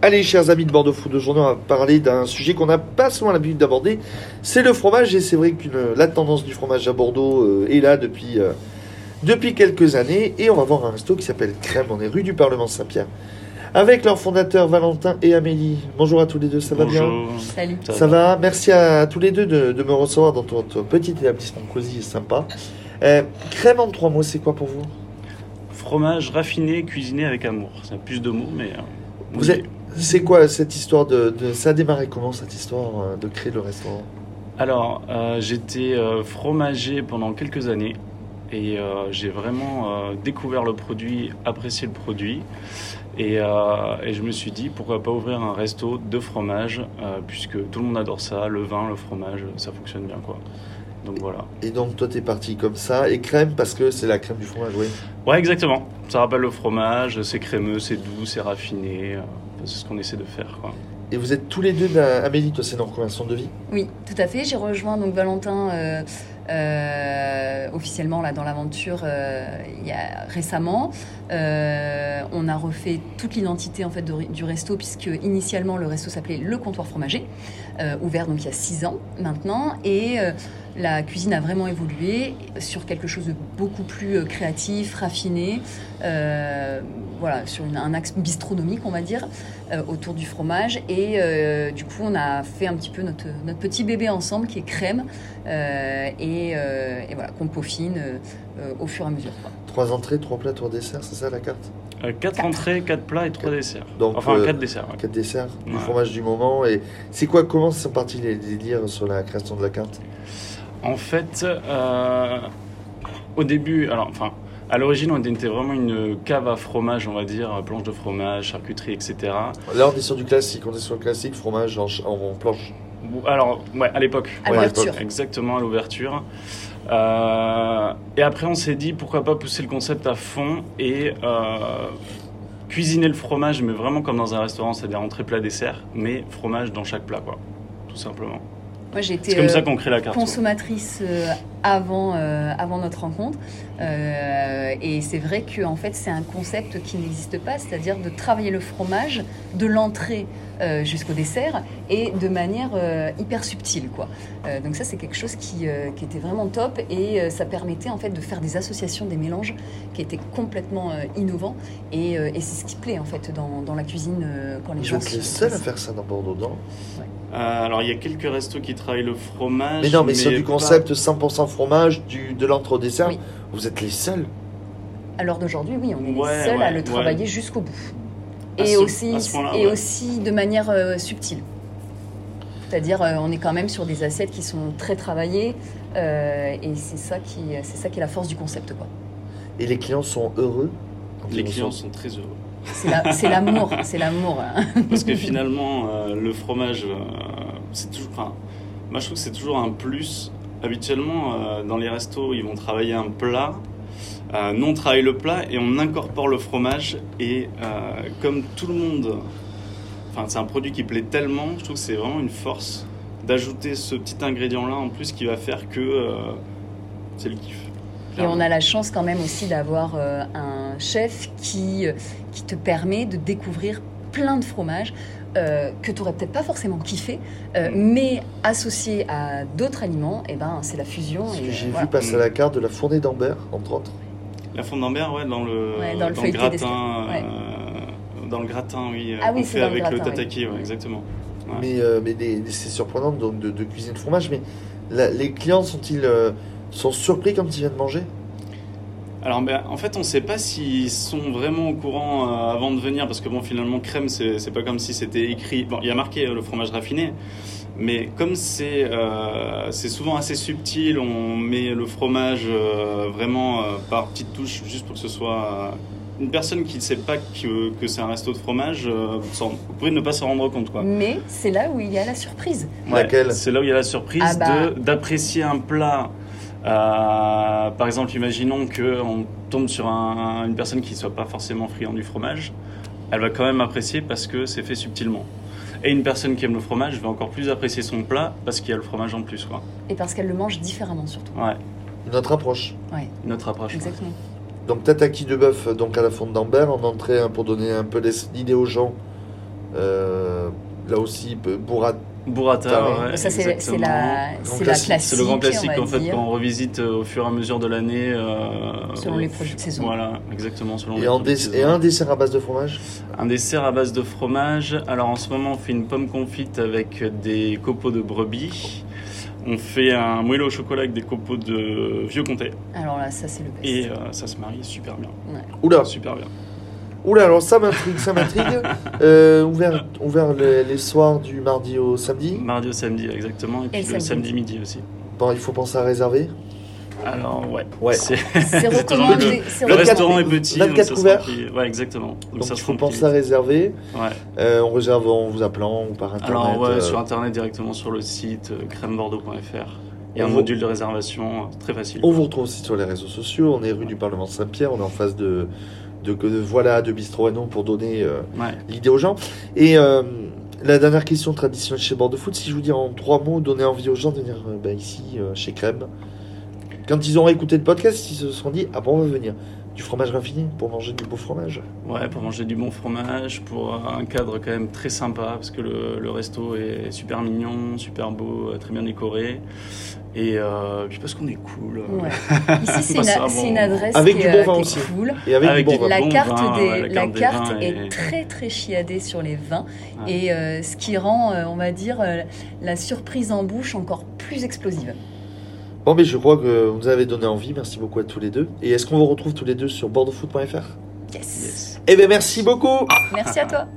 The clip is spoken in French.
Allez, chers amis de Bordeaux Food, aujourd'hui, on va parler d'un sujet qu'on n'a pas souvent l'habitude d'aborder. C'est le fromage. Et c'est vrai que la tendance du fromage à Bordeaux euh, est là depuis, euh, depuis quelques années. Et on va voir un resto qui s'appelle Crème. On est rue du Parlement Saint-Pierre. Avec leurs fondateurs Valentin et Amélie. Bonjour à tous les deux, ça va bien Bonjour. Salut. Ça, va. Merci à tous les deux de, de me recevoir dans votre petit établissement cosy et sympa. Euh, crème en trois mots, c'est quoi pour vous Fromage raffiné, cuisiné avec amour. Ça a plus de mots, mais. euh, Vous oui. êtes- C'est quoi cette histoire de, de- Ça a démarré comment cette histoire euh, de créer le restaurant Alors, euh, j'étais euh, fromager pendant quelques années et euh, j'ai vraiment euh, découvert le produit, apprécié le produit. Et, euh, et je me suis dit pourquoi pas ouvrir un resto de fromage, euh, puisque tout le monde adore ça, le vin, le fromage, ça fonctionne bien quoi. Donc voilà. Et donc toi t'es parti comme ça et crème parce que c'est la crème du fromage, oui. Ouais, exactement. Ça rappelle le fromage, c'est crémeux, c'est doux, c'est raffiné. euh, c'est ce qu'on essaie de faire quoi. Et vous êtes tous les deux, d'un- Amélie, toi c'est dans conversion de vie. Oui, tout à fait. J'ai rejoint donc Valentin euh, euh, officiellement là dans l'aventure euh, il y a récemment. Euh, on a refait toute l'identité en fait de- du resto puisque initialement le resto s'appelait le comptoir fromager, euh, ouvert donc il y a six ans maintenant et euh, la cuisine a vraiment évolué sur quelque chose de beaucoup plus euh, créatif, raffiné, euh, voilà, sur une- un axe bistronomique, on va dire euh, autour du fromage. Et euh, du coup, on a fait un petit peu notre, notre petit bébé ensemble qui est crème euh, et, euh, et voilà, qu'on peaufine euh, euh, au fur et à mesure. quoi. Trois entrées, trois plats, trois desserts, c'est ça la carte Euh, quatre, Quatre. entrées, quatre plats et trois desserts. Donc, enfin, euh, quatre desserts. ouais. Quatre desserts, du Ouais. fromage du moment. Et c'est quoi Comment sont partis les délires sur la création de la carte En fait, euh, au début, alors, enfin, à l'origine, on était vraiment une cave à fromage, on va dire, euh, planche de fromage, charcuterie, etc. Là on est sur du classique, on est sur le classique fromage en, ch- en planche. Ou- Alors, ouais, à l'époque. À Ouais, l'ouverture. Exactement, à l'ouverture. Euh, et après, on s'est dit pourquoi pas pousser le concept à fond et euh, cuisiner le fromage, mais vraiment comme dans un restaurant, c'est-à-dire entrée, plat, dessert, mais fromage dans chaque plat, quoi. Tout simplement. Moi, j'ai été C'est comme ça euh, qu'on crée la carte. ouais. consommatrice euh, avant, euh, avant notre rencontre. Euh, et c'est vrai que en fait, c'est un concept qui n'existe pas, c'est-à-dire de travailler le fromage de l'entrée euh, jusqu'au dessert et de manière euh, hyper subtile. Quoi. Euh, donc ça, c'est quelque chose qui, euh, qui était vraiment top et euh, ça permettait en fait de faire des associations, des mélanges qui étaient complètement euh, innovants. Et, euh, et c'est ce qui plaît en fait dans, dans la cuisine euh, quand les Vous gens êtes se les seuls à connaissent. faire ça dans Bordeaux, non Euh, alors, il y a quelques restos qui travaillent le fromage. Mais non, mais, sur du pas- concept 100% fromage, du, de l'entre au dessert, Oui. vous êtes les seuls. Alors d'aujourd'hui, oui, on est Ouais, les seuls à ouais, le ouais. travailler jusqu'au bout. À Et, ce- aussi, à ce point-là, et ouais. aussi de manière euh, subtile. C'est-à-dire, euh, on est quand même sur des assiettes qui sont très travaillées, euh, et c'est ça, qui, c'est ça qui est la force du concept. Quoi. Et les clients sont heureux quand ils Les vous clients sont- sont très heureux. C'est, la- c'est l'amour, c'est l'amour. hein. Parce que finalement, euh, le fromage, euh, c'est toujours. Enfin, moi, je trouve que c'est toujours un plus. Habituellement, euh, dans les restos, ils vont travailler un plat. Euh, nous, on travaille le plat et on incorpore le fromage. Et euh, comme tout le monde. Enfin, c'est un produit qui plaît tellement, je trouve que c'est vraiment une force d'ajouter ce petit ingrédient-là en plus qui va faire que euh, c'est le kiff. Et on a la chance quand même aussi d'avoir euh, un chef qui, euh, qui te permet de découvrir plein de fromages euh, que tu n'aurais peut-être pas forcément kiffé, euh, Mm. mais associés à d'autres aliments, et ben, c'est la fusion. Parce et que j'ai voilà. vu Mm. passer à la carte de la fournée d'Ambert, entre autres. La fonte d'Ambert, ouais, dans le, Ouais, dans le feuilleté gratin. d'escampe, ouais. euh, Dans le gratin, oui. euh, Ah oui, qu'on c'est fait dans le avec le gratin, tataki, oui. ouais, exactement. Ouais. Mais, euh, mais des- des- c'est surprenant donc, de, de cuisiner le fromage. Mais la- les clients sont-ils euh, sont surpris quand ils viennent manger Alors, ben, en fait, on ne sait pas s'ils sont vraiment au courant euh, avant de venir, parce que bon, finalement, crème, c'est c'est pas comme si c'était écrit. Bon, il y a marqué euh, le fromage raffiné, mais comme c'est euh, c'est souvent assez subtil, on met le fromage euh, vraiment euh, par petites touches, juste pour que ce soit. euh, une personne qui ne sait pas que, que c'est un resto de fromage euh, s'en- pourrait ne pas s'en rendre compte. Quoi. Mais c'est là où il y a la surprise. Ouais, Laquelle C'est là où il y a la surprise Ah bah. de- d'apprécier un plat. Euh, par exemple, imaginons qu'on tombe sur un- une personne qui ne soit pas forcément friand du fromage. Elle va quand même apprécier parce que c'est fait subtilement. Et une personne qui aime le fromage va encore plus apprécier son plat parce qu'il y a le fromage en plus. Quoi. Et parce qu'elle le mange différemment surtout. Ouais, Notre approche. notre approche. Exactement. euh, Donc tataki de bœuf donc à la fonte d'Ambert, en entrée hein, pour donner un peu l'idée aux gens Euh, là aussi, peu- burrata. Burrata, ouais, ça, c'est c'est exactement. la, Grand c'est la classique. classique. C'est le grand classique on va en fait dire. qu'on revisite euh, au fur et à mesure de l'année. euh, Selon au- les produits de saison. Voilà, exactement. Selon Et, les en produits de dess- saison. et un dessert à base de fromage Un dessert à base de fromage. Alors en ce moment, on fait une pomme confite avec des copeaux de brebis. On fait un moelleux au chocolat avec des copeaux de vieux comté. Alors là, ça, c'est le best. Et euh, ça se marie super bien. Oula, Super bien. oula, alors ça m'intrigue, ça m'intrigue. Euh, ouvert ouvert les, les soirs du mardi au samedi. Mardi au samedi, exactement. Et puis Et le le samedi. samedi midi aussi. Bon, il faut penser à réserver. Alors ouais. Ouais. C'est- C'est recommandé. c'est Le Vingt-quatre- restaurant recommandé. est petit. donc 24 ça se couverts. remplit. Ouais, exactement. Donc, Donc ça il se faut remplit penser à réserver. vite. Ouais. Euh, on réserve en vous appelant ou par internet. Alors ouais, euh, sur internet directement sur le site euh, crèmebordeaux.fr. Il y a On un vous- module de réservation euh, très facile. On vous retrouve aussi sur les réseaux sociaux. On est rue du Parlement de Saint-Pierre. On est en face de, de, de- voilà de Bistro Anon pour donner euh, Ouais. l'idée aux gens. Et euh, la dernière question traditionnelle chez Bordeaux Foot, si je vous dis en trois mots, donner envie aux gens de venir euh, bah, ici euh, chez Crème. Quand ils auront écouté le podcast, ils se sont dit ah bon on va venir du fromage raffiné pour manger du beau fromage. Ouais, pour manger du bon fromage, pour un cadre quand même très sympa, parce que le, le resto est super mignon, super beau, euh, très bien décoré. Et euh, puis parce qu'on est cool. euh, Ouais. Ici, c'est Bah, une, ça, bon. c'est une adresse Avec qui, du est, euh, bon vin qui est aussi. cool. Et avec, Avec du du bon vin. La bon carte, vin, des, ouais, la la carte des carte vins est et- très très chiadée sur les vins Ouais. et euh, ce qui rend, euh, on va dire, euh, la surprise en bouche encore plus explosive. Bon mais je crois que vous nous avez donné envie. Merci beaucoup à tous les deux. Et est-ce qu'on vous retrouve tous les deux sur bordeauxfoot.fr Yes. Yes. Eh bien ben, merci beaucoup. Merci à toi.